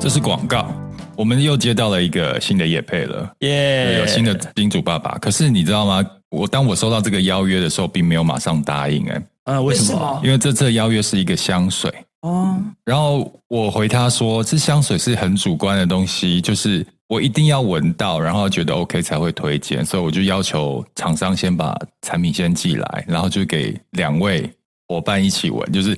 这是广告。我们又接到了一个新的业配了，对耶有新的金主爸爸。可是你知道吗？我当我收到这个邀约的时候，并没有马上答应、哎，啊，为什为什么么？因为这次的邀约是一个香水。哦，然后我回他说，这香水是很主观的东西，就是我一定要闻到，然后觉得 OK 才会推荐，所以我就要求厂商先把产品先寄来，然后就给两位伙伴一起闻，就是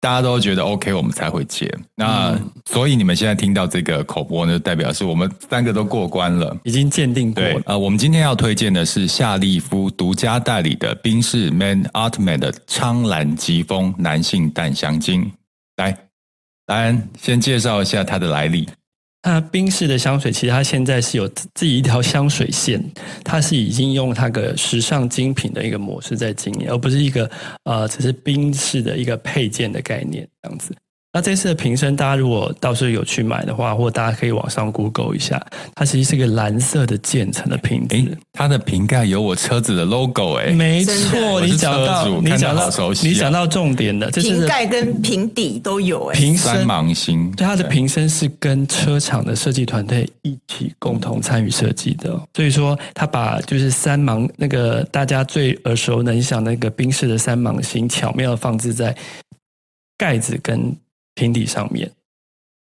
大家都觉得 OK，我们才会接。那、所以你们现在听到这个口播呢，代表是我们三个都过关了。已经鉴定过对了，，呃，我们今天要推荐的是夏利夫独家代理的宾士 Man Ultimate 的苍兰疾风男性淡香精。来，莱恩先介绍一下它的来历。那冰室的香水，其实它现在是有自自己一条香水线，它是已经用它个时尚精品的一个模式在经营，而不是一个呃只是冰室的一个配件的概念这样子。那这次的瓶身，大家如果到时候有去买的话，或大家可以网上 Google 一下，它其实是一个蓝色的渐层的瓶诶，子。它的瓶盖有我车子的 logo，诶，没真的错，我是你讲车到主你看到讲好到熟悉啊你讲到重点的，这次瓶的盖跟瓶底都有哎、瓶三身芒星。对，它的瓶身是跟车厂的设计团队一起共同参与设计的，所以说它把就是三芒那个大家最耳熟能详那个冰室的三芒星巧妙地放置在盖子跟瓶底上面。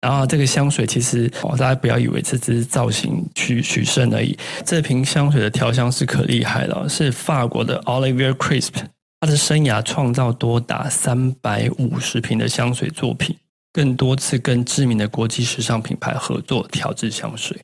然后这个香水其实哦，大家不要以为这只是造型取取胜而已，这瓶香水的调香师可厉害了，是法国的 Olivier Crisp，他的生涯创造多达三百五十瓶的香水作品。更多次跟知名的国际时尚品牌合作调制香水。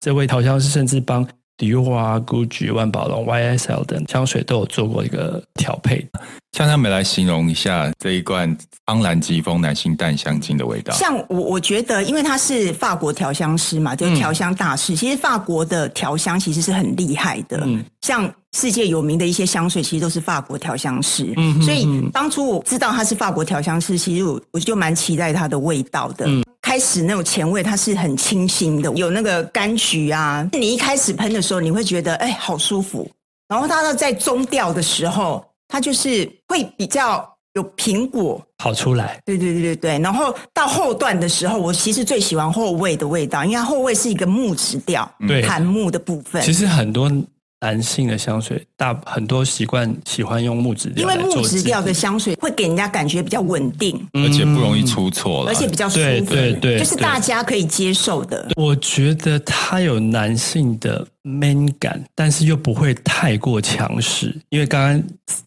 这位调香师甚至帮迪奥啊、GUCCI、万宝龙、YSL 等香水都有做过一个调配。像他们来形容一下这一罐苍兰疾风男性淡香精的味啊道。像我，我觉得，因为他是法国调香师嘛，嗯就是调香大师。其实法国的调香其实是很厉害的，嗯像世界有名的一些香水，其实都是法国调香师。嗯哼所以嗯当初我知道他是法国调香师，其实我我就蛮期待它的味道的。嗯开始那种前味，它是很清新的，有那个柑橘啊。你一开始喷的时候，你会觉得哎、好舒服。然后它在中调的时候，它就是会比较有苹果，跑出来，对对对对对，然后到后段的时候，我其实最喜欢后味的味道，因为它后味是一个木质调，嗯对檀木的部分其。实很多男性的香水，大很多习惯喜欢用木质因调为来做木质调基的香水会给人家感觉比较稳定，底，而且不容易出错了，嗯而且比较舒服，对对对，就是对大家可以接受的。我觉得它有男性的 man 感，但是又不会太过强势，因为刚刚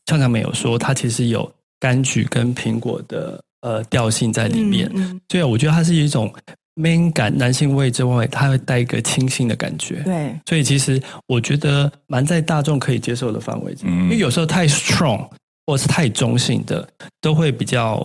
畅畅没有说，它其实有柑橘跟苹果的呃调性在里面，嗯所以啊我觉得它是一种 man 感男性味之外，它会带一个清新的感觉嗯、。对，所以其实我觉得蛮在大众可以接受的范围之内，嗯因为有时候太 strong 或是太中性的，都会比较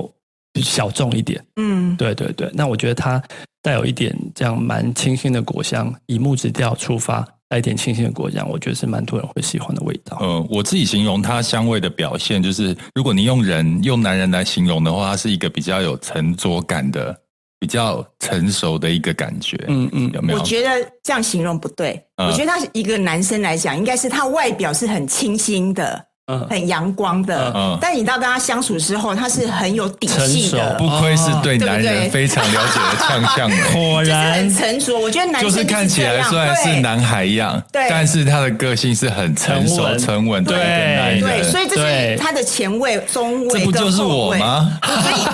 小众一点。嗯，对对对，那我觉得它带有一点这样蛮清新的果香，以木质调出发，带一点清新的果香，我觉得是蛮多人会喜欢的味道。呃，我自己形容它香味的表现，就是如果你用人用男人来形容的话，它是一个比较有沉着感的、比较成熟的一个感觉，嗯嗯，有没有？我觉得这样形容不对。嗯我觉得他一个男生来讲，应该是他外表是很清新的。嗯很阳光的，嗯嗯但你到跟他相处之后，他是很有底气成熟的，不愧是对哦男人非常了解 的唱向的。果就是很成熟。我觉得男就生是看起这来样虽然是对男孩一样，对但是他的个性是很成沉熟、稳沉稳的一个对男对，人所。以这是对它的前卫、中这卫不跟就是后我卫。吗？所以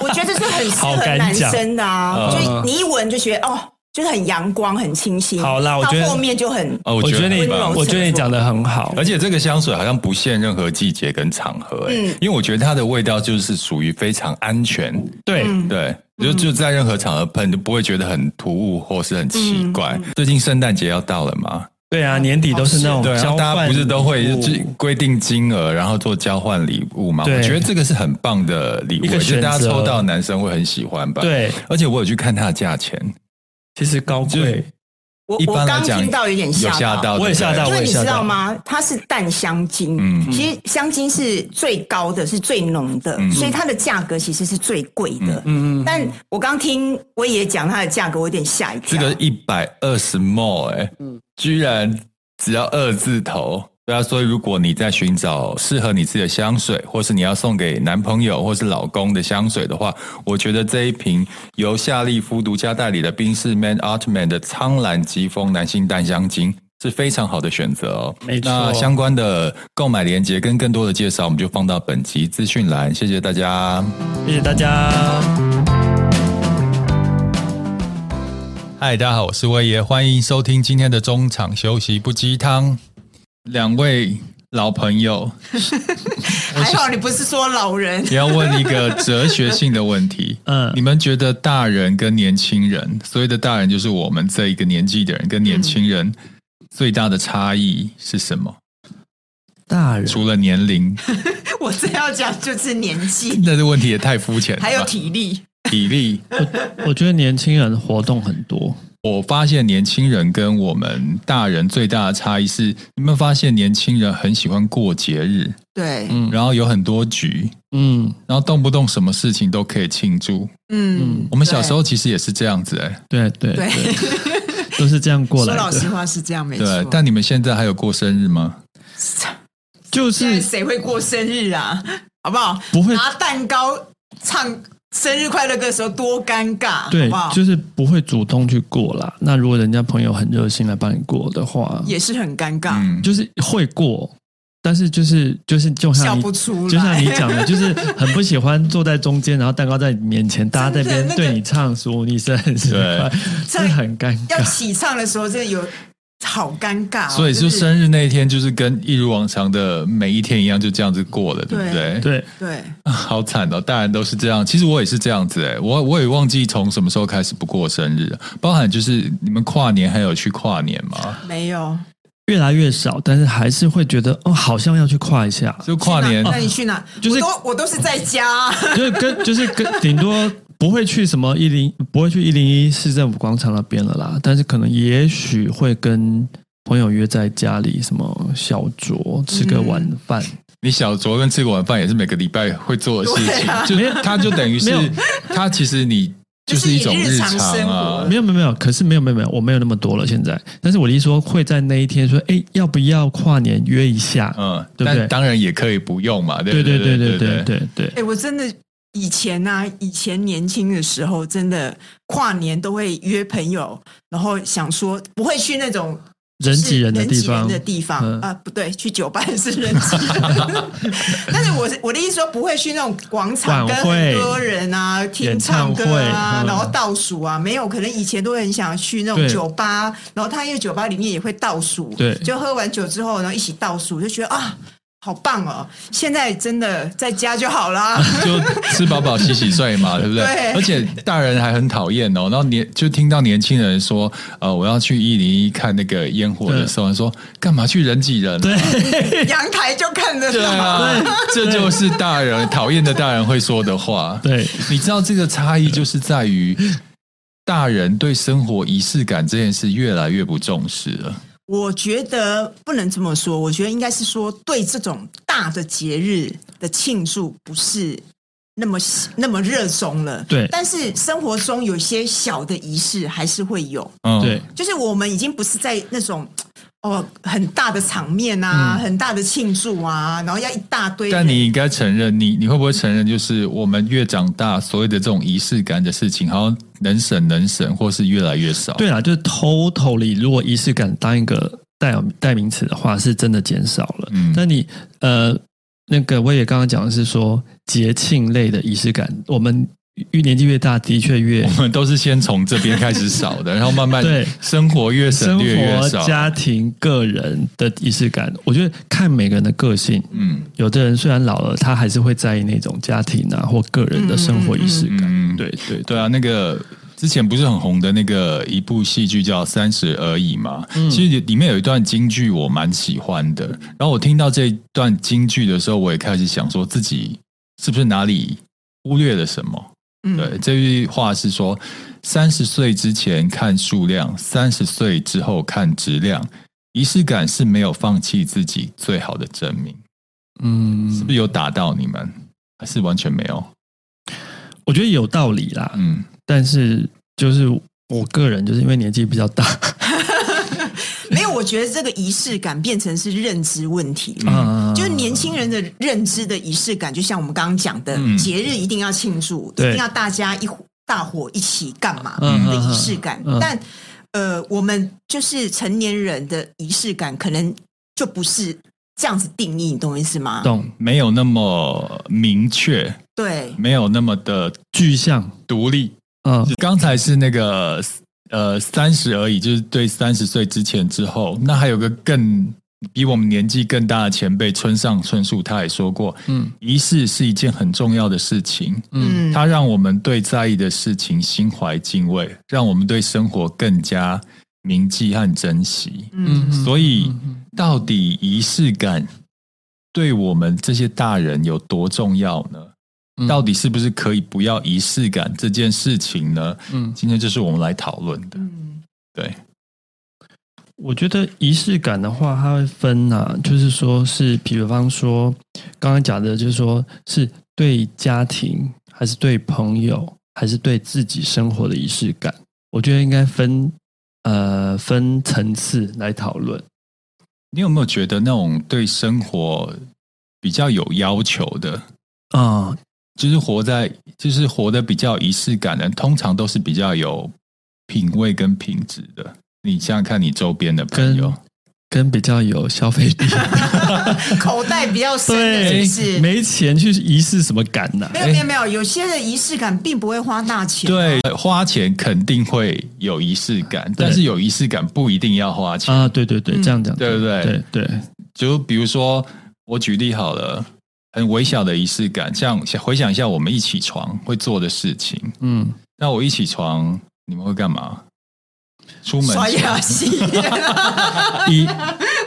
我觉得这是很适好合敢男讲生的嗯啊，就你一闻就觉得哦，就是很阳光、很清新。好啦我到觉得后面就很哦，我觉得很你温棒柔我觉得你讲的很好，而且这个香水好像不限任何季节跟场合、欸，嗯因为我觉得它的味道就是属于非常安全，对，对，就就在任何场合喷，就不会觉得很突兀或是很奇怪。最近圣诞节要到了嘛，对啊，年底都是那种对、啊，交大家换，不是都会就是规定金额，然后做交换礼物嘛？对我觉得这个是很棒的礼物，一个我觉得大家选择抽到男生会很喜欢吧？，对，而且我有去看它的价钱，其实高贵我一我般来刚讲听到有点有吓吓到，我也吓到我因为也你吓知到道吗？它是淡香精，嗯其实香精是最高的，是最浓的，所以它的价格其实是最贵的。嗯嗯嗯但我刚听威爷讲它的价格，我有点吓一这跳。欸嗯个一百二十 m 哎、居然只要二字头，对啊，所以如果你在寻找适合你自己的香水，或是你要送给男朋友或是老公的香水的话，我觉得这一瓶由夏利夫独家代理的宾士 Man Artman 的苍兰疾风男性淡香精是非常好的选择哦。没错那相关的购买链接跟更多的介绍，我们就放到本集资讯栏。谢谢大家。谢谢大家。嗨，大家好，我是威爷，欢迎收听今天的中场休息不鸡汤。两位老朋友，还好你不是说老人， 也要问一个哲学性的问题。嗯你们觉得大人跟年轻人，所谓的大人就是我们这一个年纪的人跟年轻嗯人最大的差异是什么？大人除了年龄， 我这要讲就是年纪，那这问题也太肤浅了吧。还有体力。体力，我觉得年轻人活动很多，我发现年轻人跟我们大人最大的差异是，你们发现年轻人很喜欢过节日，对，嗯然后有很多局，嗯，然后动不动什么事情都可以庆祝。嗯，我们小时候其实也是这样子、哎，对对对，对，对都是这样过说来老实的。话是这样，没错对。。但你们现在还有过生日吗？就现在是谁会过生日啊？好不好？不会拿蛋糕唱生日快乐歌的时候多尴尬，对好不好？，就是不会主动去过啦。那如果人家朋友很热心来帮你过的话，也是很尴尬，嗯，就是会过，但是就是就是就笑像你不出来。就像你讲的，就是很不喜欢坐在中间，然后蛋糕在你面前，大家在那 真的那边个对你唱“祝你生日快乐”，这真的很尴要尬。起唱的时候，真的有好尴尬哦、所以就就是生日那一天，就是跟一如往常的每一天一样，就这样子过了，对不对？ 对，对，好惨哦，大人都是这样。其实我也是这样子哎、我我也忘记从什么时候开始不过生日了，包含就是你们跨年还有去跨年吗？没有。越来越少，但是还是会觉得哦，好像要去跨一下。就跨去年哪那你去哪？就是我都我都是在家 啊、就是跟就是跟顶多不会去什么一零，不会去一零一市政府广场那边了啦。但是可能也许会跟朋友约在家里什么小酌，吃个嗯晚饭。你小酌跟吃个晚饭也是每个礼拜会做的事情，啊就它就等于是没有它其实你就就是是一你种日常常生啊活。没有没有没有，可是没有没有没有，我没有那么多了现在。但是我的意思说会在那一天说，哎，要不要跨年约一下？嗯，对不对但当然也可以不用嘛，对对不对对对对对对对对哎、，我真的以前呐、以前年轻的时候，真的跨年都会约朋友，然后想说不会去那种人挤人的地是人方挤人的地方、嗯啊，不对，去酒吧也是人 挤人。但是我是我的意思说，不会去那种广场跟晚会很多人啊，听演唱唱会歌啊，嗯然后倒数啊，没有，可能以前都很想去那种对酒吧，然后他因为酒吧里面也会倒数，对就喝完酒之后，然后一起倒数，就觉得啊。好棒哦！现在真的在家就好啦。 就吃饱饱洗洗睡嘛，对不对？对而且大人还很讨厌哦，然后年就听到年轻人说，呃，我要去一零一看那个烟火的时候，说干嘛去人挤人？对，阳台就看得对到。啊，这就是大人讨厌的大人会说的话。对，你知道这个差异就是在于。大人对生活仪式感这件事越来越不重视了。我觉得不能这么说，我觉得应该是说对这种大的节日的庆祝不是那么喜那么热衷了。对但是生活中有些小的仪式还是会有，嗯，对，就是我们已经不是在那种。哦，很大的场面啊，很大的庆祝啊，然后要一大堆人。但你应该承认，你你会不会承认，就是我们越长大，所谓的这种仪式感的事情，好像能省能省，或是越来越少。对啦，就是 totally，如果仪式感当一个代表代名词的话，是真的减少了。嗯但你呃，那个我也刚刚讲的是说节庆类的仪式感，我们越年纪越大，的确越我们都是先从这边开始少 的，然后慢慢对生活越省生略越活、少。家庭、个人的仪式感，我觉得看每个人的个性。嗯有的人虽然老了，他还是会在意那种家庭啊或个人的生活仪式感。嗯，对对对啊，那个之前不是很红的那个一部戏剧叫《三十而已》嘛，嗯其实里面有一段京剧我蛮喜欢的，然后我听到这一段京剧的时候，我也开始想说自己是不是哪里忽略了什么。嗯对，这句话是说：三十岁之前看数量，三十岁之后看质量。仪式感是没有放弃自己最好的证明，是嗯不，是有打到你们？还是完全没有？我觉得有道理啦。嗯，但是就是我个人就是因为年纪比较大，没有，我觉得这个仪式感变成是认知问题。 嗯就是年轻人的认知的仪式感，就像我们刚刚讲的，嗯节日一定要庆祝，一对定要大家一伙大伙一起干嘛嗯的嗯仪式感。嗯但呃，我们就是成年人的仪式感，可能就不是这样子定义，你懂我意思吗？懂没有那么明确，对，没有那么的具象，独立。嗯刚才是那个呃三十而已，就是对三十岁之前之后，那还有个更比我们年纪更大的前辈村上春树，他也说过，嗯仪式是一件很重要的事情，嗯嗯，它让我们对在意的事情心怀敬畏，让我们对生活更加铭记和珍惜。嗯，所以嗯嗯到底仪式感对我们这些大人有多重要呢？嗯到底是不是可以不要仪式感这件事情呢？嗯，今天就是我们来讨论的。嗯对，我觉得仪式感的话，它会分啊，就是说是，比方说刚刚讲的，就是说是对家庭，还是对朋友，还是对自己生活的仪式感，我觉得应该分呃分层次来讨论。你有没有觉得那种对生活比较有要求的，啊、就是活在就是活得比较有仪式感的，通常都是比较有品味跟品质的。你想想看，你周边的朋友跟，跟比较有消费 力，口袋比较深的是对不是？，没钱去仪式什么感呐、没有没有没有，有些的仪式感并不会花大钱。对花钱肯定会有仪式感，但是有仪式感不一定要花钱。啊，对对对，嗯这样讲，对不对对对，就比如说，我举例好了，很微小的仪式感，像想回想一下我们一起床会做的事情。嗯，那我一起床，你们会干嘛？出门刷牙洗 脸， 以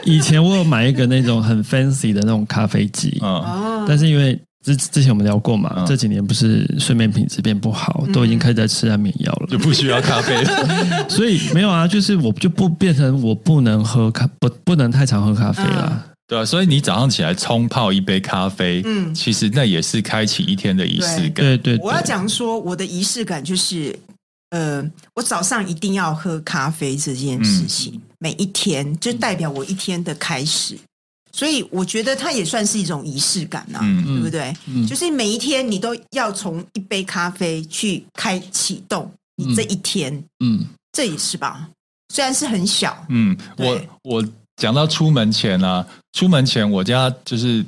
以前我有买一个那种很 fancy 的那种咖啡机，嗯，哦但是因为之之前我们聊过嘛，嗯这几年不是睡眠品质变不好，都已经开始在吃安眠药了，就不需要咖啡了。所以没有啊，就是我就不变成我不能喝咖不不能太常喝咖啡啦。对啊，所以你早上起来冲泡一杯咖啡，嗯其实那也是开启一天的仪式感。对对对，我要讲说，我的仪式感就是，呃，我早上一定要喝咖啡这件事情，嗯每一天就代表我一天的开始，所以我觉得它也算是一种仪式感啊，嗯，对不对？就是每一天你都要从一杯咖啡去开启动你这一天，嗯这也是吧？虽然是很小，嗯，我对我讲到出门前啊，出门前我家就是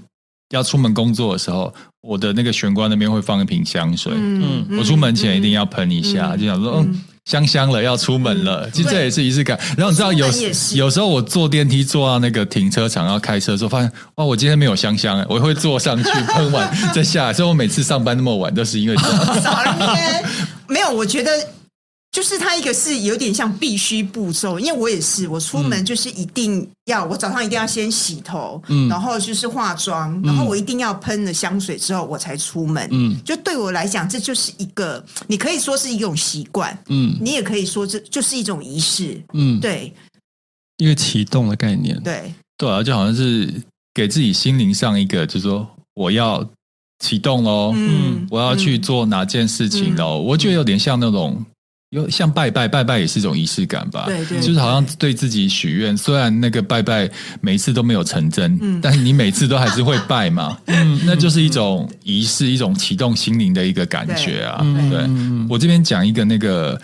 要出门工作的时候，我的那个玄关那边会放一瓶香水。嗯我出门前一定要喷一下，嗯就想说，嗯，香香了，要出门了，其实这对也是仪式感。然后你知道有出门也是有时候我坐电梯坐到那个停车场要开车的时候，发现哇，我今天没有香香，我会坐上去喷完再下来。所以我每次上班那么晚都是因为这样。少了面没有，我觉得就是它一个是有点像必须步骤，因为我也是，我出嗯门就是一定要，我早上一定要先洗头，嗯然后就是化妆，然后我一定要喷了香水之后我才出门。嗯就对我来讲，这就是一个，你可以说是一种习惯，嗯你也可以说这就是一种仪式。嗯，对一个启动的概念，对，对啊，就好像是给自己心灵上一个，就是说我要启动喽，嗯我要去做哪件事情喽。我觉得有点像那种。有像拜拜，拜拜也是一种仪式感吧？对对就是好像对自己许愿，虽然那个拜拜每一次都没有成真，嗯但是你每次都还是会拜 嘛，嗯，那就是一种仪式，一种启动心灵的一个感觉啊，嗯对。嗯我这边讲一个那个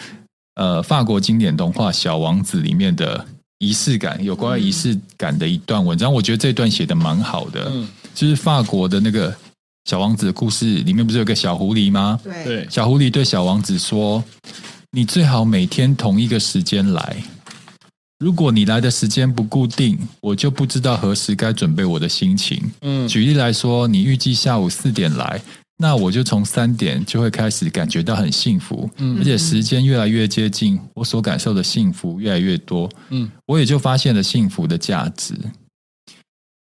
呃法国经典童话《小王子》里面的仪式感，有关于仪式感的一段文章，我觉得这段写的蛮好的。嗯就是法国的那个小王子的故事里面，不是有个小狐狸吗？对对，小狐狸对小王子说：“你最好每天同一个时间来。如果你来的时间不固定，我就不知道何时该准备我的心情。嗯举例来说，你预计下午四点来，那我就从三点就会开始感觉到很幸福，嗯而且时间越来越接近，我所感受的幸福越来越多，嗯我也就发现了幸福的价值。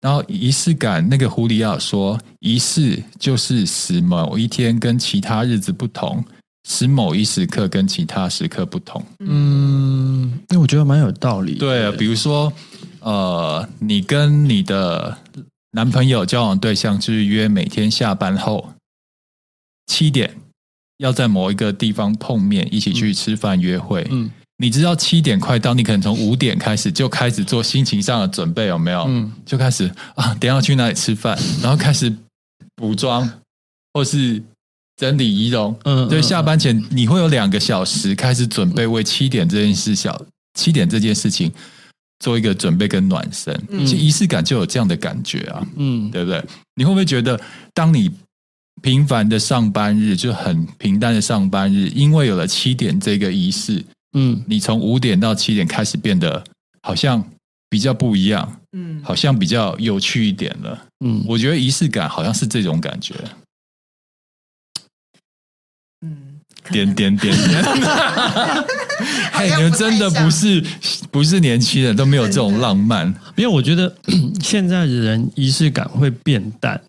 然后仪式感，那个狐狸要说，仪式就是使某一天跟其他日子不同，使某一时刻跟其他时刻不同。嗯，那我觉得蛮有道理的，对，啊比如说，呃，你跟你的男朋友交往对象就是约每天下班后七点要在某一个地方碰面，一起去吃饭约会。嗯你知道七点快到，你可能从五点开始就开始做心情上的准备，有没有？嗯就开始啊，等一下要去哪里吃饭，然后开始补妆或是整理仪容。嗯对，嗯下班前你会有两个小时开始准备，为七点这件事小七点这件事情做一个准备跟暖身。嗯其实仪式感就有这样的感觉啊。嗯，对不对？你会不会觉得，当你平凡的上班日就很平淡的上班日，因为有了七点这个仪式，嗯，你从五点到七点开始变得好像比较不一样，嗯，好像比较有趣一点了。嗯我觉得仪式感好像是这种感觉，嗯，可点能点点点。 哎，你们真的不是不是年轻人都没有这种浪漫，没有，我觉得 现在的人仪式感会变淡，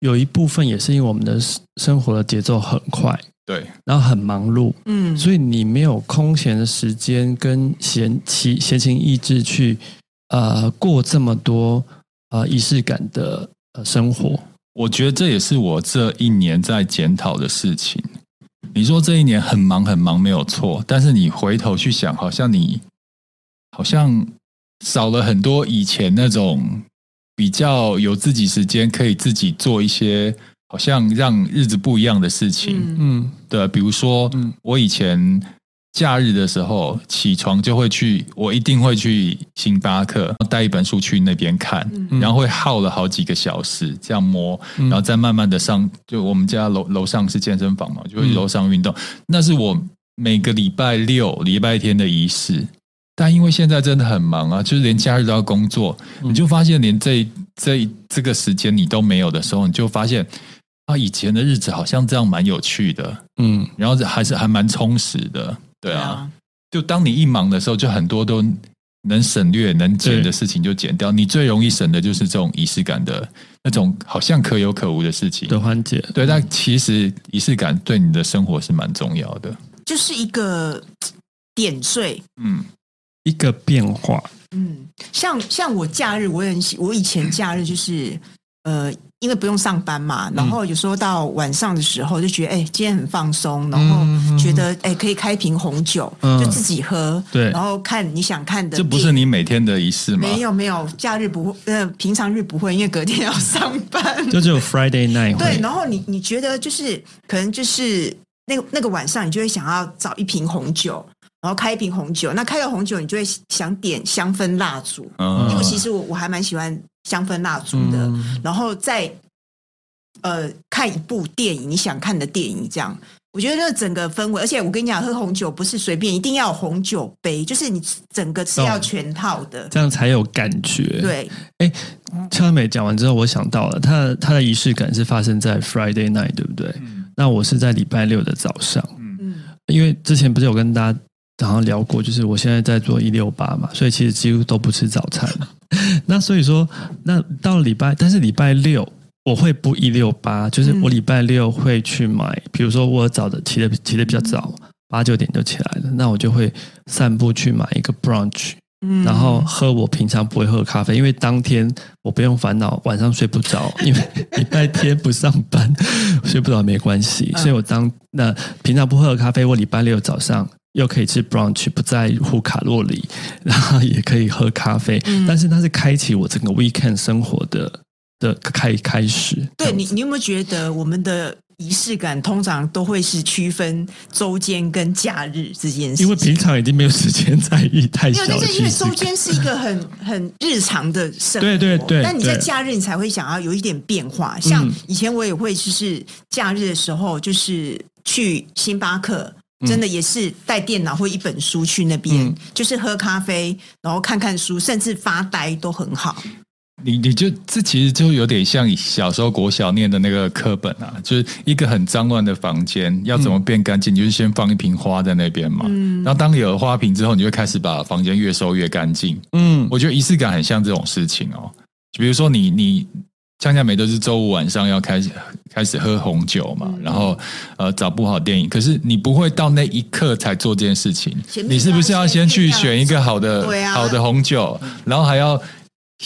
有一部分也是因为我们的生生活的节奏很快，对，然后很忙碌，嗯，所以你没有空闲的时间跟闲情闲情逸致去呃过这么多呃仪式感的呃生活。我觉得这也是我这一年在检讨的事情。你说这一年很忙很忙没有错，但是你回头去想，好像你好像少了很多以前那种比较有自己时间，可以自己做一些好像让日子不一样的事情。嗯嗯对，比如说，嗯我以前假日的时候起床就会去，我一定会去星巴克带一本书去那边看，嗯然后会耗了好几个小时这样摸，嗯然后再慢慢的上，就我们家楼楼上是健身房嘛，嗯就会去楼上运动，那是我每个礼拜六、礼拜天的仪式。但因为现在真的很忙啊，就是连假日都要工作，嗯你就发现连这这这个时间你都没有的时候，你就发现啊，以前的日子好像这样蛮有趣的，嗯然后还是还蛮充实的，对啊。，就当你一忙的时候，就很多都能省略、能减的事情就减掉。你最容易省的就是这种仪式感的那种好像可有可无的事情。的环节，对，但其实仪式感对你的生活是蛮重要的。就是一个嘖点缀。嗯，一个变化，嗯，像像我假日，我也很喜，我以前假日就是呃，因为不用上班嘛，嗯然后有时候到晚上的时候就觉得，哎、今天很放松，然后嗯觉得哎、可以开瓶红酒，嗯就自己喝，对然后看你想看的这电影，不是你每天的仪式吗？没有没有，假日不会，呃，平常日不会，因为隔天要上班。 就只有 Friday night 嗯对，会然后你你觉得就是可能就是那个那个晚上，你就会想要找一瓶红酒，然后开一瓶红酒。那开了红酒，你就会想点香氛蜡烛，嗯，因为其实我我还蛮喜欢香氛蜡烛的。嗯然后再呃看一部电影，你想看的电影这样。我觉得那整个氛围，而且我跟你讲，喝红酒不是随便，一定要有红酒杯，就是你整个是要懂全套的。这样才有感觉。，对，肖美讲完之后，我想到了，她的她的仪式感是发生在 Friday night，对不对？嗯那我是在礼拜六的早上，嗯嗯因为之前不是有跟大家好像聊过，就是我现在在做一六八嘛，所以其实几乎都不吃早餐。 那所以说，那到礼拜，但是礼拜六我会不一六八，就是我嗯礼拜六会去买，比如说我早的起的起的比较早，八九点就起来了，那我就会散步去买一个 brunch，嗯然后喝我平常不会喝的咖啡，因为当天我不用烦恼晚上睡不着，因为礼拜天不上班， 睡不着没关系。嗯所以我当那平常不喝的咖啡，我礼拜六早上又可以吃 brunch，不在乎卡路里，然后也可以喝咖啡，嗯但是它是开启我整个 weekend 生活的的开开始。对你，你有没有觉得我们的仪式感通常都会是区分周间跟假日这件事？因为平常已经没有时间在意太没小有，但的是因为仪式周感。间是一个很很日常的生活，对对对但你在对假日，你才会想要有一点变嗯化。像以前我也会，就是假日的时候，就是去星巴克。真的也是带电脑或一本书去那边，嗯就是喝咖啡，然后看看书，甚至发呆都很好。你你就这其实就有点像小时候国小念的那个课本啊，就是一个很脏乱的房间，要怎么变干净？你就是先放一瓶花在那边嘛。然后当你有了花瓶之后，你就会开始把房间越收越干净。嗯我觉得仪式感很像这种事情哦，就比如说你你。江佳梅都是周五晚上要开始开始喝红酒嘛，然后呃找部好电影，可是你不会到那一刻才做这件事情，前面你是不是要先去要先选一个好的嗯对啊好的红酒，然后还要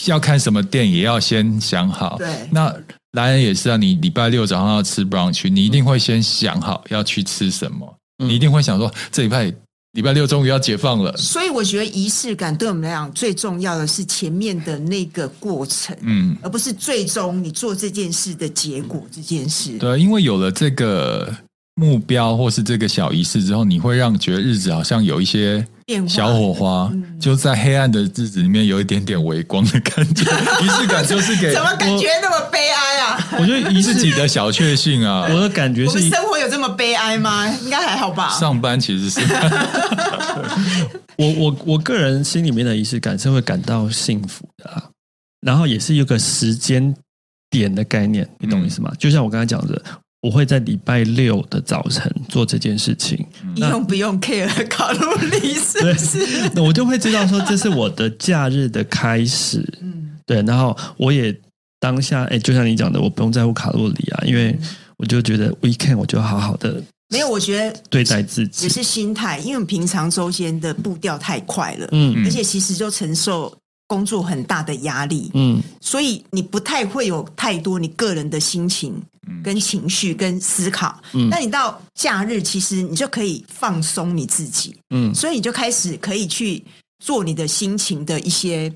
要看什么电影也要先想好。对那莱恩也是啊，你礼拜六早上要吃 brunch，你一定会先想好要去吃什么，你一定会想说这礼拜礼拜六终于要解放了，所以我觉得仪式感对我们来讲最重要的是前面的那个过程，嗯，而不是最终你做这件事的结果这件事。对，啊因为有了这个目标或是这个小仪式之后，你会让觉得日子好像有一些变化嗯小火花，就在黑暗的日子里面有一点点微光的感 觉。仪式感就是给怎么感觉那么悲哀啊？我觉得仪自式己的小确幸 啊。我的感觉我们是，生活有这么悲哀吗？应该还好吧。上班其实是 我我我个人心里面的仪式感是会感到幸福的、啊，然后也是有个时间点的概念，你懂我意思吗？就像我刚才讲的，我会在礼拜六的早晨做这件事情，不用不 用 care 卡路里是不是？那我就会知道说这是我的假日的开始，嗯，对，然后我也当下，哎，就像你讲的，我不用在乎卡路里啊，因为我就觉得 weekend 我就好好的没有，我觉得对待自己也，是心态，因为我们平常周间的步调太快了，嗯而且其实就承受工作很大的压力，嗯，所以你不太会有太多你个人的心情、嗯跟情绪、跟思考。那你到假日，其实你就可以放松你自己，嗯所以你就开始可以去做你的心情的一些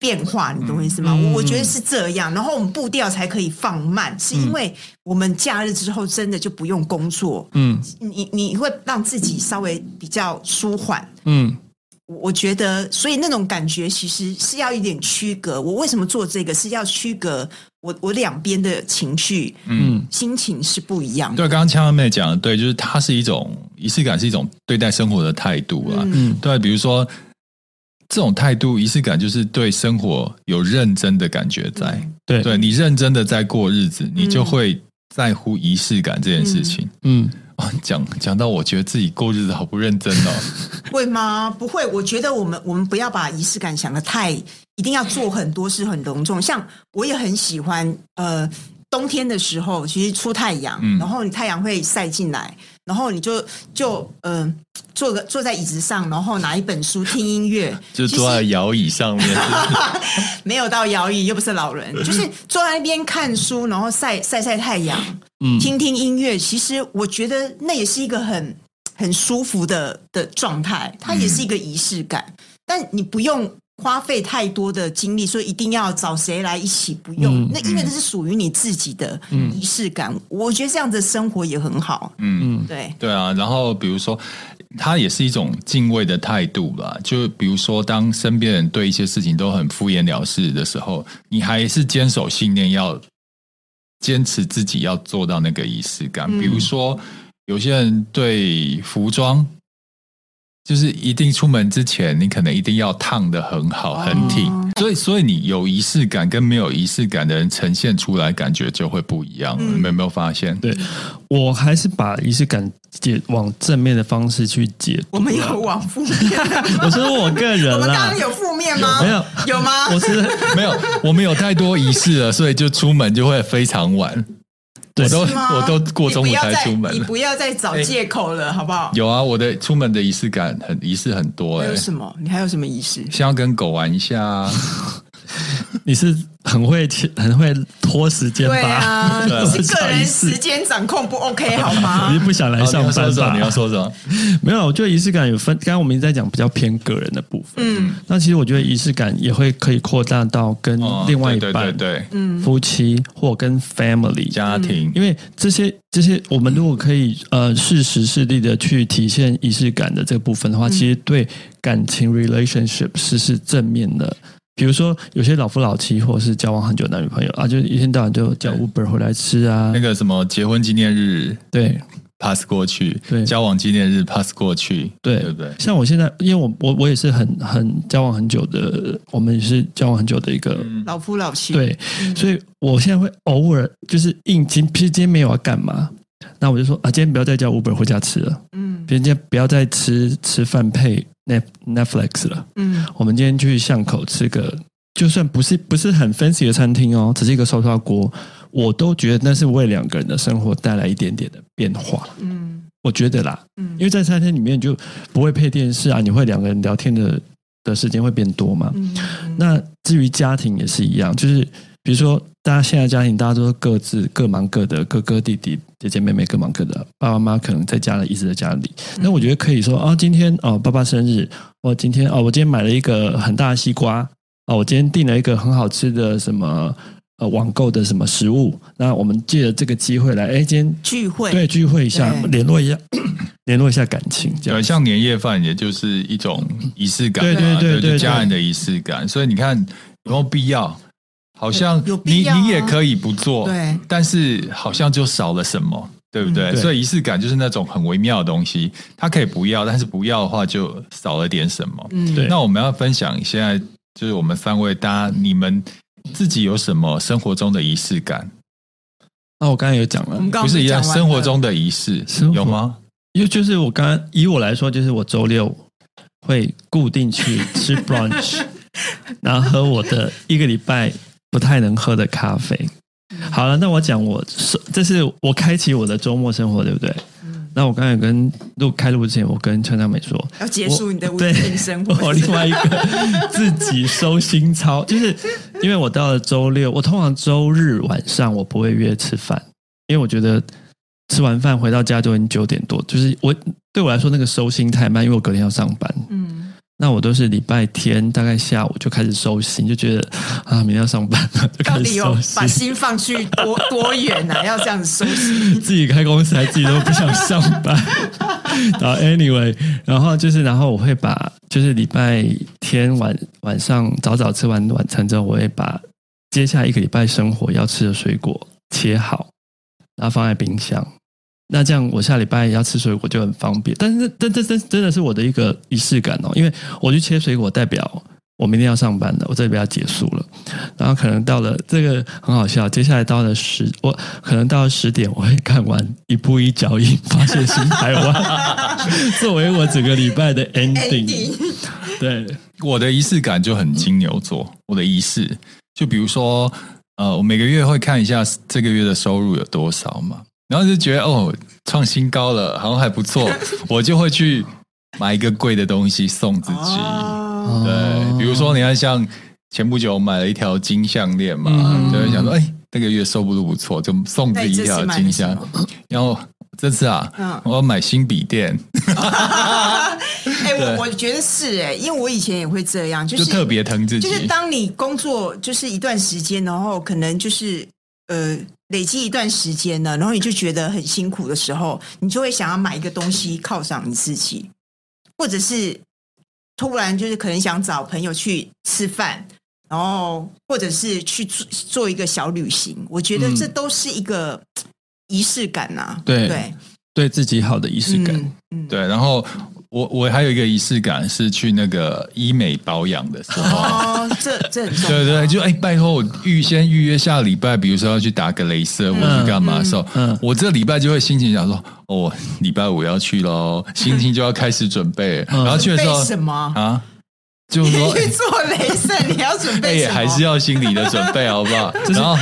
变化，你懂我意思吗？嗯我我觉得是这样，然后我们步调才可以放慢，是因为我们假日之后真的就不用工作，嗯你你会让自己稍微比较舒缓，嗯我我觉得，所以那种感觉其实是要一点区隔。我为什么做这个是要区隔我我两边的情绪、嗯心情是不一样的。对。刚刚枪妹讲的对，就是它是一种仪式感，是一种对待生活的态度啊。嗯，嗯对，比如说这种态度、仪式感，就是对生活有认真的感觉在。对对你认真的在过日子，你就会在乎仪式感这件事情。嗯哦，讲讲到我觉得自己过日子好不认真哦。会吗？不会。我觉得我们我们不要把仪式感想的太一定要做很多事很隆重。像我也很喜欢呃冬天的时候，其实出太阳，嗯然后你太阳会晒进来，然后你就就嗯、呃坐个坐在椅子上，然后拿一本书听音乐，就其坐实在摇椅上面， 没有到摇椅，又不是老人，就是坐在那边看书，然后晒晒晒太阳，嗯听听音乐。其实我觉得那也是一个很很舒服的的状态，它也是一个仪式感。但你不用花费太多的精力，说一定要找谁来一起，不用。嗯那因为这是属于你自己的仪式感，我觉得这样的生活也很好。嗯，嗯对，对啊。然后比如说，它也是一种敬畏的态度吧。就比如说，当身边人对一些事情都很敷衍了事的时候，你还是坚守信念，要坚持自己要做到那个仪式感。嗯比如说，有些人对服装。就是一定出门之前，你可能一定要烫的很好、很挺，哦所以所以你有仪式感跟没有仪式感的人呈现出来感觉就会不一样。嗯你们有没有发现？对，我还是把仪式感解往正面的方式去解。，我们有往负面的吗 我说我个 我人们刚啦刚，有负面吗？没有，有吗？我是没有，我们有太多仪式了，所以就出门就会非常晚。对 我都是吗我都过中午才出门你不要再你不要再找借口了，好不好？有啊，我的出门的仪式感很仪式很多还哎、有什么？你还有什么仪式？先要跟狗玩一下啊，你是很会很会拖时间对吧？啊， 对你是 我个找人仪式时间掌控不 OK 好 你吗是？不想来好上班吧？哦你要说什么？没有，我觉得仪式感有分。刚刚我们一直在讲比较偏个人的部分，嗯那其实我觉得仪式感也会可以扩大到跟你要说什么哦另外一对对半、对对，嗯，夫妻或跟 family 家庭，因为这些这些，我们如果可以呃适时适地的去体现仪式感的这个部分的话，其实对感情 relationship 是是正面的。比如说，有些老夫老妻，或者是交往很久的男女朋友啊，就一天到晚就叫对 Uber 回来吃啊那，个什么结婚纪念日对 pass 过去，对交往纪念日 pass 过去，对对不对？像我现在，因为我我我也是很很交往很久的，我们也是交往很久的一个，嗯老夫老妻，对，所以我现在会偶尔就是应今今天没有要干嘛，那我就说啊，今天不要再叫 Uber 回家吃了。嗯别人家不要再吃吃饭配 Net Netflix 了，嗯我们今天去巷口吃个，就算不是不是很 fancy 的餐厅哦，只是一个烧烧锅，我都觉得那是为两个人的生活带来一点点的变化。嗯我觉得啦，嗯因为在餐厅里面就不会配电视啊，你会两个人聊天的的时间会变多嘛。嗯，那至于家庭也是一样，就是比比如说大家现在家庭大家都各自各忙各的，哥哥弟弟姐姐妹妹各忙各的，爸爸妈妈可能在家里一直在家里。嗯那我觉得可以说啊，今天哦爸爸生日，我今天哦我今天买了一个很大的西瓜，哦我今天订了一个很好吃的什么。呃，网购的什么食物？那我们借着这个机会来，哎，今天聚会对聚会一下，对联络一下， 联络一下感情，这样对，像年夜饭也就是一种仪式感嘛，对对对就对对家人的仪式感。所以你看有没有必要？好像有必你、要啊你也可以不做，对，但是好像就少了什么，对不对？嗯对所以仪式感就是那种很微妙的东西，它可以不要，但是不要的话就少了点什么。嗯对那我们要分享现在就是我们三位，大家你们自己有什么生活中的仪式感？那我刚才有讲我了们，刚不刚是一样，讲完生活了中的仪式生活有吗？因为就是我刚刚以我来说，就是我周六会固定去吃 brunch，然后喝我的一个礼拜不太能喝的咖啡。好了，那我讲我是这是我开启我的周末生活，对不对？那我刚才有跟录开录之前，我跟陈长美说，要结束你的我无性生活，对我另外一个自己收心操， 就是因为我到了周六，我通常周日晚上我不会约吃饭，因为我觉得吃完饭回到家就已经九点多，就是我对我来说那个收心太慢，因为我隔天要上班。嗯，那我都是礼拜天大概下午就开始收心，就觉得啊，明天要上班了，就到开底始有收把心。心放去多多远呢、啊？要这样子收 心， 自己开公司还自己都不想上班。然后 anyway，然后就是然后我会把就是礼拜天晚晚上早早吃完晚餐之后，我会把接下来一个礼拜生活要吃的水果切好，然后放在冰箱。那这样我下礼拜要吃水果就很方便。但是但这这真的是我的一个仪式感哦，因为我去切水果代表。我明天要上班了，我这边要结束了，然后可能到了这个很好笑，接下来到了十，我可能到了十点，我会看完一步一脚印，发现新台湾， 作为我整个礼拜的哎 ending。对，我的仪式感就很金牛座，我的仪式就比如说，呃，我每个月会看一下这个月的收入有多少嘛，然后就觉得哦，创新高了，好像还不 错，我就会去买一个贵的东西送自己。哦，对，比如说你看，像前不久我买了一条金项链嘛，嗯就会想说，哎，这个月收入不错，就送自己一条金项那你。然后这次啊，嗯我要买新笔电， 哎、我我觉得是哎、因为我以前也会这样，就就是特别疼自己。就是当你工作就是一段时间，然后可能就是呃累积一段时间了，然后你就觉得很辛苦的时候，你就会想要买一个东西犒赏你自己，或者是突然就是可能想找朋友去吃饭，然后或者是去做做一个小旅行。我觉得嗯这都是一个嘖仪式感呐、对对，对自己好的仪式感，嗯嗯，对，然后我我还有一个仪式感是去那个医美保养的时 候。哦，这这很重要。对对，就哎、拜托我预先预约下礼拜，比如说要去打个镭射或者干嘛的时候，嗯嗯我这礼拜就会心情想说，哦，礼拜五要去喽，心情就要开始准备。嗯然后去的时候备什么？啊，就你说 去哎做镭射，你要准 哎备什么？还是要心理的准备，好不 好？是然后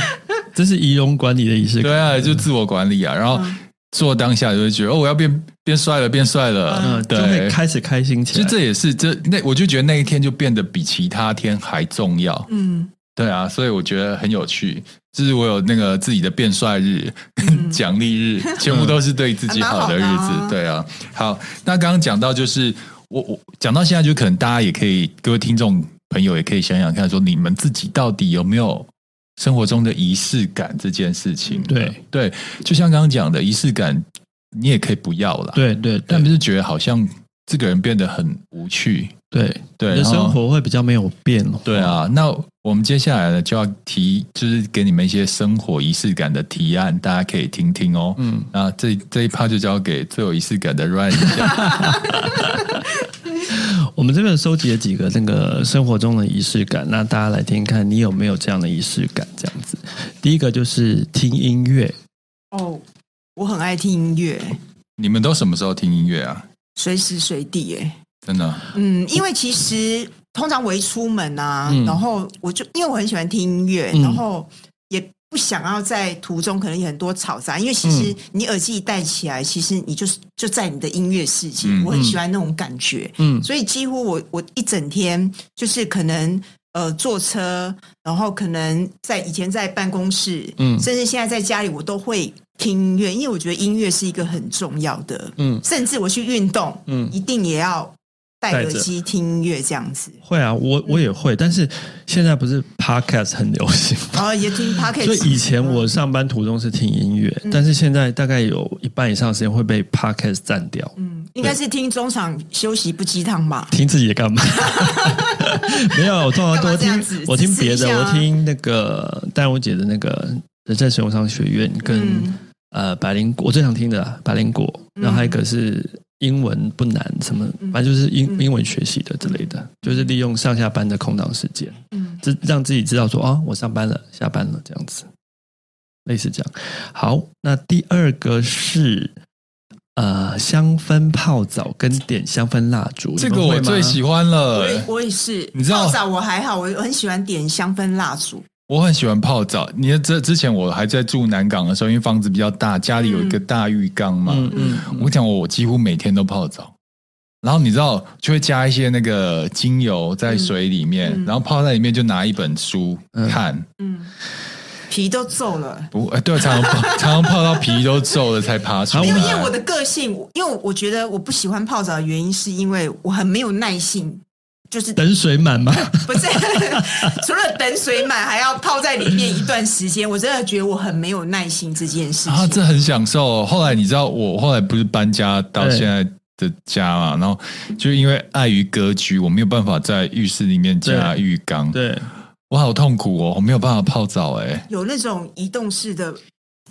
这是仪容管理的仪式感。对啊，就自我管理啊，然嗯后做当下就会觉得哦，我要变变帅了，变帅了，嗯，就会对，开始开心起其来。实这也是这那，我就觉得那一天就变得比其他天还重要。嗯，对啊，所以我觉得很有趣。就是我有那个自己的变帅日跟奖励日，全部都是对自己好的日还蛮好的子啊。对啊，好，那刚刚讲到就是我我讲到现在，就可能大家也可以，各位听众朋友也可以想想看，说你们自己到底有没有生活中的仪式感这件事情？对对，就像刚刚讲的，仪式感你也可以不要啦。对对但对不是觉得好像这个人变得很无趣。对，对，你的然后生活会比较没有变哦化。对啊，那我们接下来呢就要提，就是给你们一些生活仪式感的提案，大家可以听听哦。嗯，那这这一趴就交给最有仪式感的 Ryan 讲。我们这边收集了几个那个生活中的仪式感，那大家来听听看，你有没有这样的仪式感？这样子，第一个就是听音乐，哦，我很爱听音乐，你们都什么时候听音乐啊？随时随地哎。真的，嗯，因为其实通常我一出门啊，嗯然后我就因为我很喜欢听音乐，嗯然后也不想要在途中可能有很多嘈杂，因为其嗯实你耳机一戴起来，其实你就是就在你的音乐世界，嗯我很喜欢那种感觉。嗯所以几乎我我一整天就是可能呃坐车，然后可能在以前在办公室，嗯甚至现在在家里，我都会听音乐，因为我觉得音乐是一个很重要的，嗯甚至我去运动，嗯，一定也要戴戴耳着机听音乐这样子，会啊，我我也会，但是现在不是 podcast 很流行吗然后也听 p o c k e t 所以以前我上班途中是听音乐，但是现在大概有一半以上的时间会被 podcast 占掉。嗯，应该是听中场休息不鸡汤吧。听自己的干 嘛？没有，我通常干都嘛这听样子我听支持别一的，下啊我听那个戴茹姐的那个人在使用商学院跟、嗯呃百灵果，我最想听的啊百灵果，然后还有一个是英文不难什么，嗯反正就是英、英文学习的之类的，就是利用上下班的空档时间，嗯，这让自己知道说啊、我上班了，下班了这样子，类似这样。好，那第二个是。呃，香氛泡澡跟点香氛蜡烛，这你个们会我吗最喜欢了我。也我也是，你知道泡澡我还好，我很喜欢点香氛蜡烛。我很喜欢泡澡。你这之前我还在住南港的时候，因为房子比较大，家里有一个大浴缸嘛。嗯嗯嗯我讲我几乎每天都泡澡，然后你知道就会加一些那个精油在水里面，嗯嗯然后泡在里面就拿一本书看。嗯，皮都皱了。不，哎对，常常泡常常泡到皮都皱了才爬出来。没有，因为我的个性，我因为我觉得我不喜欢泡澡的原因，是因为我很没有耐性，就是等水满吗？不是除了等水满，还要泡在里面一段时间，我真的觉得我很没有耐心这件事情。啊，这很享受哦、后来你知道，我后来不是搬家到对现在的家嘛，然后就因为碍于格局，我没有办法在浴室里面加对浴缸，对，我好痛苦哦，我没有办法泡澡哎、有那种移动式的，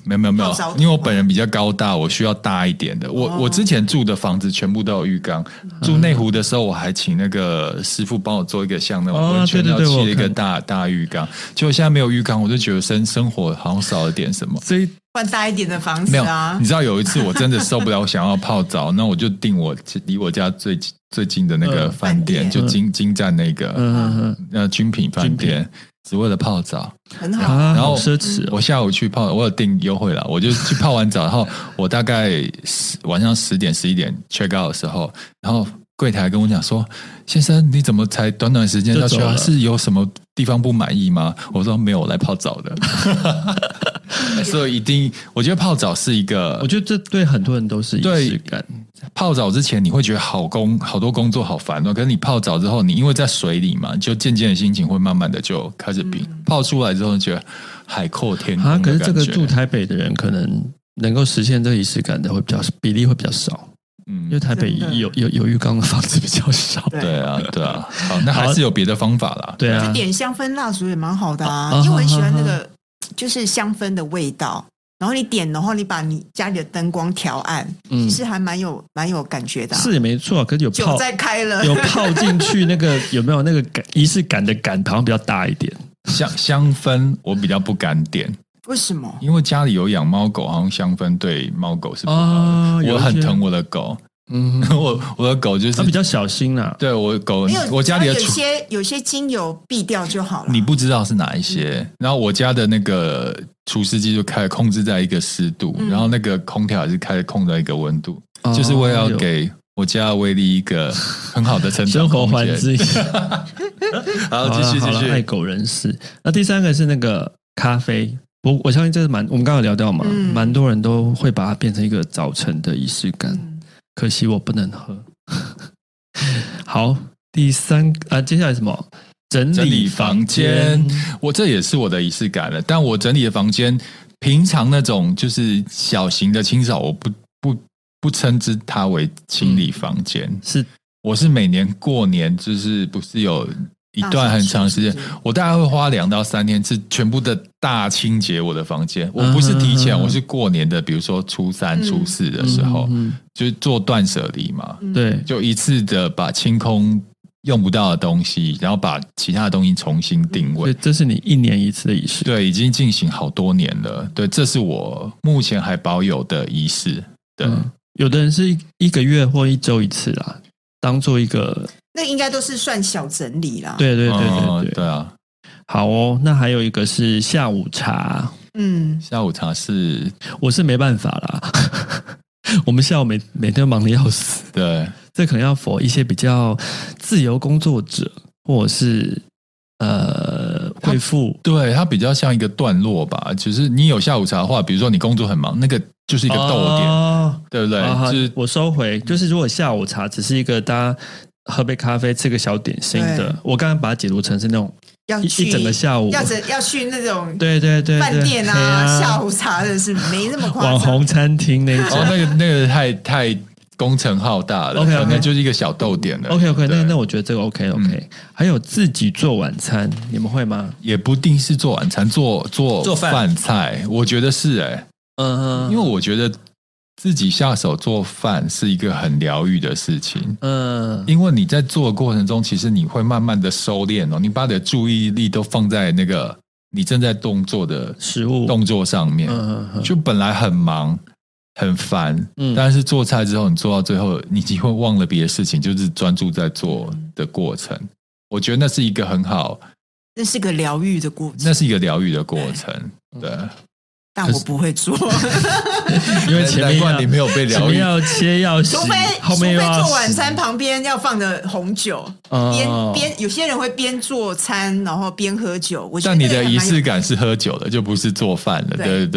没有没有没有泡澡，桶因为我本人比较高大，我需要大一点的。我、哦我之前住的房子全部都有浴缸，嗯住内湖的时候我还请那个师傅帮我做一个像那种哦温泉对对要对我砌有了一个看大大浴缸，结果现在没有浴缸，我就觉得生生活好像少了点什么。所以换大一点的房子没有，啊你。知道有一次我真的受不了，我想要泡澡，那我就订我离我家最近最近的那个嗯饭店，饭店就金金站那个嗯嗯呃军品饭店，只为了泡澡。很嗯，好。啊，然好后奢侈哦，我下午去泡，我有订优惠了，我就去泡完澡，然后 我大概十晚上十点十一点 check out 的时候，然后柜台跟我讲说：“先生，你怎么才短短时间就到学走校？了是有什么地方不满意吗？”我说：“没有，我来泡澡 的。”所以一定，我觉得泡澡是一个，我觉得这对很多人都是仪对式感，泡澡之前你会觉得好工好多工作好烦哦，可是你泡澡之后，你因为在水里嘛，就渐渐的心情会慢慢的就开始变。泡出来之后，觉得海阔天空的嗯啊，感觉。可是这个住台北的人可能。能够实现这个仪式感的会比较比例会比较少，因为嗯，台北真的有有有浴缸的房子比较 少。对对啊，对啊，好，那还是有别的方法啦。对啊就，点香氛蜡烛也蛮好的啊，啊因为我很喜欢那个就是香氛的味道。然后你点，然后你把你家里的灯光调暗，嗯其实还蛮有蛮有感觉的啊、是也没错，可是有酒泡在开 了，有泡进去那个有没有那个感仪式感的感好像比较大一点。香香氛我比较不敢点，为什么？因为家里有养猫狗，好像香氛对猫狗是不好的。哦有我一些很疼我的狗， 嗯，我我的狗就是他比较小心啦。对我的狗没有，，我家里的只要有厨些有些精油避掉就好了。你不知道是哪一些。然后我家的那个除湿机就开控制在一个湿度，嗯然后那个空调也是开控在一个温度，哦就是为了有给我家的威力一个很好的成长生活空环间。境。好，好继了续好继了爱续。狗人士。那第三个是那个咖啡，我我相信这是蛮我们刚刚有聊到嘛，嗯蛮多人都会把它变成一个早晨的仪式感。嗯可惜我不能喝。 好，第三啊，接下来什么？整整理理房房间，我这也是我的仪式感了。但我整理的房间，平常那种就是小型的清扫，我不不不称之它为清理房间。嗯是我是每年过年，就是不是有一段很长时间大扫除是不是，我大概会花两到三天，是全部的大清洁我的房间。我不是提前，嗯我是过年的，比如说初三、嗯初四的时候，嗯就是做断舍离嘛，嗯对，就一次的把清空用不到的东西，然后把其他的东西重新定所以位。这是你一年一次的仪式。对，已经进行好多年了。对，这是我目前还保有的仪式。对，嗯，有的人是一一个月或一周一次啦，当做一个那应该都是算小整理啦。，对对对对嗯对。对啊。好哦，那还有一个是下午茶，嗯，下午茶是我是没办法啦。 我们下午每每天都忙得要死，对，这可能要否一些比较自由工作者，或者是呃贵妇对，它比较像一个段落吧，就是你有下午茶的话，比如说你工作很忙，那个就是一一个逗点，对不对？哦啊哈就是我收回，就是如果下午茶只是一个大家喝杯咖啡、吃个小点心的对，我刚刚把它解读成是那种要一去一整个下午，要整要去那种对对对，对饭店嘿啊、下午茶的是没那么夸张。啊网红餐厅那 哦，种。那个那个太太工程浩大了 OK，OK 可能就是一个小逗点了。 OK OK，对嗯那那我觉得这个 OK OK，还有自己做晚餐，你们会吗？也不定是做晚餐，做做做饭菜，我觉得是哎、嗯因为我觉得自己下手做饭是一个很疗愈的事情。嗯因为你在做的过程中，其实你会慢慢的收敛哦，你把你的注意力都放在那个你正在动作的食物，动作上面。嗯嗯就本来很忙很烦，嗯但是做菜之后，你做到最后，你就会忘了别的事情，就是专注在做的过程。我觉得那是一个很好，嗯那是个疗愈的过那程，是一个疗愈的过程。嗯对，但我不会 做，因为前嗯难面怪要你没有被前疗面愈。要切要洗除 非，后除面非又要做晚洗餐旁边要放的红酒，哦边边有些人会边做餐然后边喝酒，我觉得但你的那个仪式蛮有感是喝酒的，就不是做饭了，对对不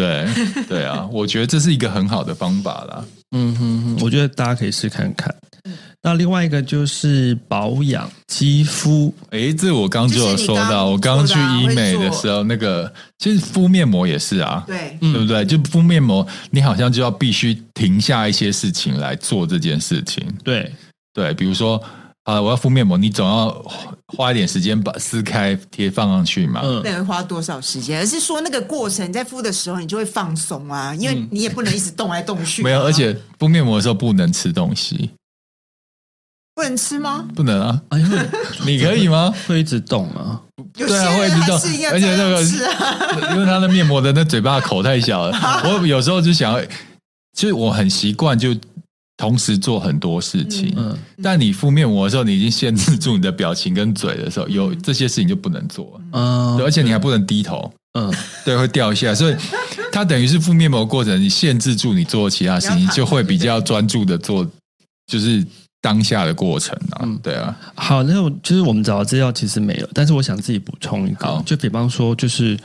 对？对啊，我觉得这是一个很好的方法啦。嗯哼哼，我觉得大家可以试看看。嗯那另外一个就是保养肌肤，诶，这我刚就有说到，就是我你刚刚刚刚去说的啊医美的时候，那个其实敷面膜也是啊，对。嗯对不对？就敷面膜，你好像就要必须停下一些事情来做这件事情。对，对，比如说，啊，我要敷面膜，你总要花一点时间把撕开贴放上去嘛。嗯那个会花多少时间？而是说那个过程，你在敷的时候你就会放松啊，因为你也不能一直动来动去嗯啊。没有，而且敷面膜的时候不能吃东西，不能吃吗？不能啊。哎呦，你可以吗？ 会一直动啊，有些对啊人会一直动还是一样而且那个照样吃啊。因为它的面膜的那嘴巴的口太小 了，我有时候就想要，就是我很习惯就同时做很多事情。嗯，但你敷面膜的时候，你已经限制住你的表情跟嘴的时候，有这些事情就不能做，啊对而且你还不能低头。嗯，对，会掉下来，所以它等于是敷面膜的过程，你限制住你做其他事情，你你要躺就会比较专注的做，就是当下的过程啊。嗯对啊，好，那我就是我们找的资料其实没有，但是我想自己补充一好个，就比方说，就是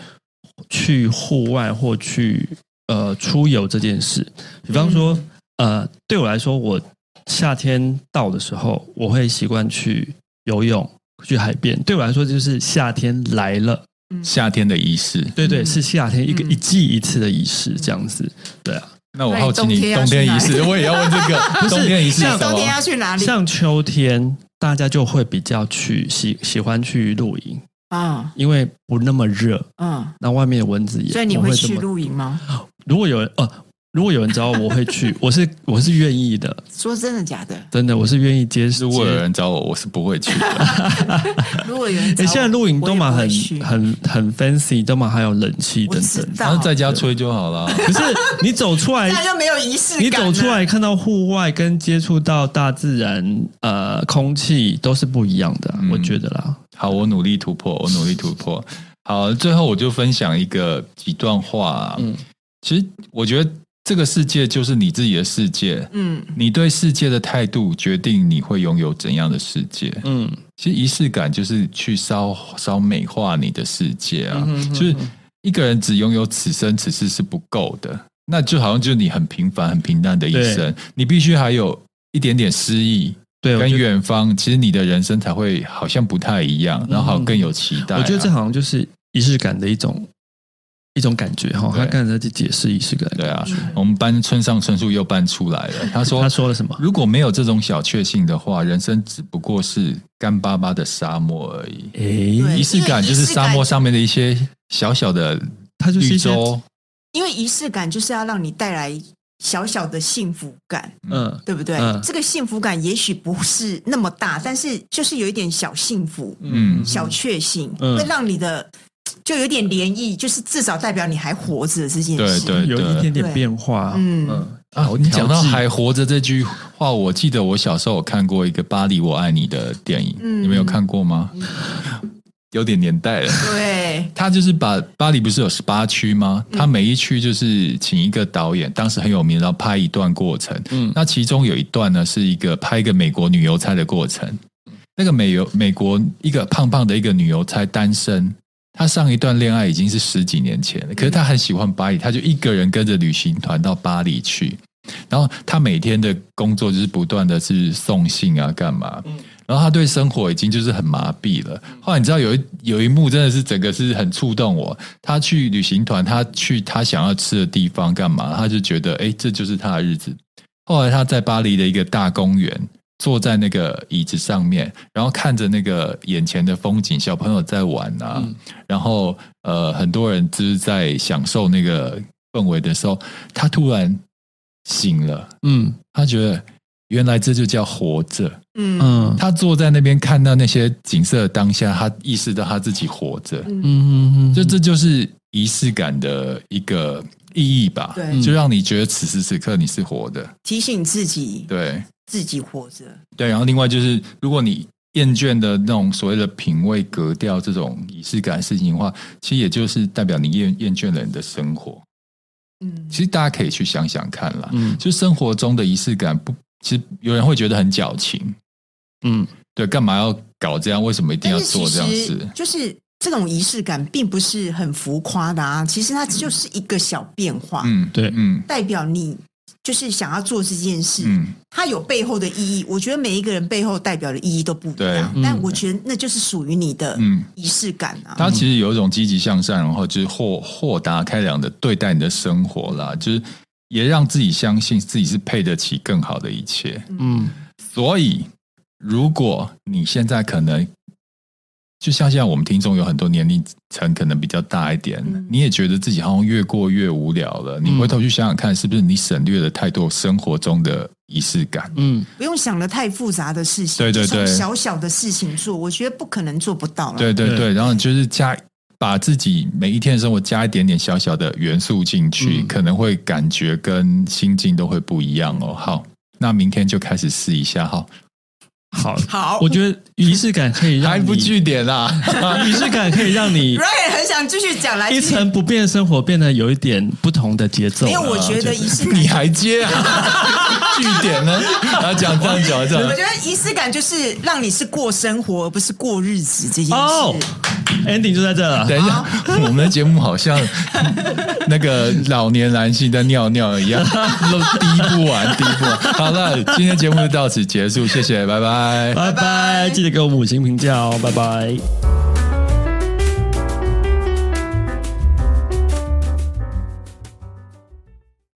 去户外或去呃出游这件事，比方说、呃，对我来说，我夏天到的时候，我会习惯去游泳。去海边，对我来说就是夏天来了，夏天的仪式。对对，是夏天一个、嗯一季一次的仪式，这样子。对啊，那我好奇你冬那你冬天天仪要去哪里式，我也要问这个冬天仪式是那什冬天么要？去哪里像秋天，大家就会比较去喜喜欢去露营，啊？因为不那么热，嗯，那外面的蚊子也所以你不会会这去么。露营吗？如果有人呃，如果有人找我，我会去， 我是我是愿意的，说真的假的？真的，我是愿意接如受。果有人找我，我是不会去的。如果有 人哎、找我，现在露营都嘛很我也不会去很很 fancy，都嘛还有冷气我等知等。然后道，在家吹就好了。可是你走出 哎来，那就没有仪式感。啊你走出，来看到户外跟接触到大自然，呃，空气都是不一样的啊、嗯我觉得啦。好，我努力突破，我努力突破。好，最后我就分享一个几段话、啊。嗯嗯，其实我觉得这个世界就是你自己的世界，嗯，你对世界的态度决定你会拥有怎样的世界。嗯，其实仪式感就是去稍稍美化你的世界啊，嗯哼就是一个人只拥有此生此世是不够的，那就好像就是你很平凡、很平淡的一生，你必须还有一点点诗意对，我跟觉得远方，其实你的人生才会好像不太一样，然后好像更有期待啊、嗯我觉得这好像就是仪式感的一种一种感觉哈。对他刚才在解释仪式感，对啊，嗯我们班村上春树又搬出来了，他 说他说了什么？如果没有这种小确幸的话，人生只不过是干巴巴的沙漠而已。诶，对仪式感就是沙漠上面的一些小小的它就是绿一些洲，因为仪式感就是要让你带来小小的幸福感，嗯对不对？嗯这个幸福感也许不是那么大，但是就是有一点小幸福、嗯小确幸，嗯会让你的就有点涟漪，就是至少代表你还活着这件对事。对有一对点点变化，嗯嗯啊调！你讲到调剂还活着这句话，我记得我小时候有看过一个《巴黎我爱你》的电影，嗯你们有看过吗？嗯有点年代了。对他就是把巴黎不是有十八区吗？他每一区就是请一个导演，当时很有名，然后拍一段过程。嗯嗯，那其中有一段呢，是一个拍一个美国女邮差的过程。那个美游美国一个胖胖的一个女邮差单身，她上一段恋爱已经是十几年前了，可是她很喜欢巴黎，她就一个人跟着旅行团到巴黎去。然后她每天的工作就是不断的是送信啊，干嘛？然后她对生活已经就是很麻痹了。后来你知道有一有一幕真的是整个是很触动我，她去旅行团，她去她想要吃的地方干嘛？她就觉得哎，这就是她的日子。后来她在巴黎的一个大公园，坐在那个椅子上面，然后看着那个眼前的风景，小朋友在玩啊，然后呃，很多人就是在享受那个氛围的时候，他突然醒了，嗯他觉得原来这就叫活着。嗯嗯他坐在那边看到那些景色的当下，他意识到他自己活着，嗯嗯嗯，就这就是仪式感的一个意义吧。对就让你觉得此时此刻你是活的，提醒自己对。自己活着，对，然后另外就是，如果你厌倦的那种所谓的品味、格调这种仪式感的事情的话，其实也就是代表你厌厌倦了你的生活。嗯其实大家可以去想想看啦，嗯就生活中的仪式感不，其实有人会觉得很矫情，嗯对，干嘛要搞这样？为什么一定要但是做其这样实啊事？就是这种仪式感并不是很浮夸的啊，其实它就是一个小变化，嗯，对嗯代表你就是想要做这件事，嗯，它有背后的意义。我觉得每一个人背后代表的意义都不一样，对但嗯我觉得那就是属于你的嗯仪式感啊。它其实有一种积极向上，然后就是豁豁达开朗的对待你的生活啦，就是也让自己相信自己是配得起更好的一切。嗯所以，如果你现在可能，就像现在我们听众有很多年龄层可能比较大一点，你也觉得自己好像越过越无聊了，你回头去想想看，是不是你省略了太多生活中的仪式感？嗯不用想的太复杂的事情，对对就从对小小的事情做，我觉得不可能做不到了。对对对对，然后就是加。把自己每一天的生活加一点点小小的元素进去，嗯可能会感觉跟心境都会不一样哦。好，那明天就开始试一下哈，好，好我觉得仪式感可以让还你啊不据点啊啦，仪式感可以让 你 Ryan 很想继续讲来，一继续啊成不变的生活变得有一点不同的节奏了。没有，我觉得仪式 感你。还接啊？据点呢？然后讲这样讲这 我样，觉得仪式感就是让你是过生活，而不是过日子这件事。哦 ending 就在这了。等一下，我们的节目好像 那个老年男性在尿尿 一样，都滴不完，滴不完。好了，今天节目就到此结束，谢谢，拜拜。拜拜，记得给我们五星评价哦，拜拜。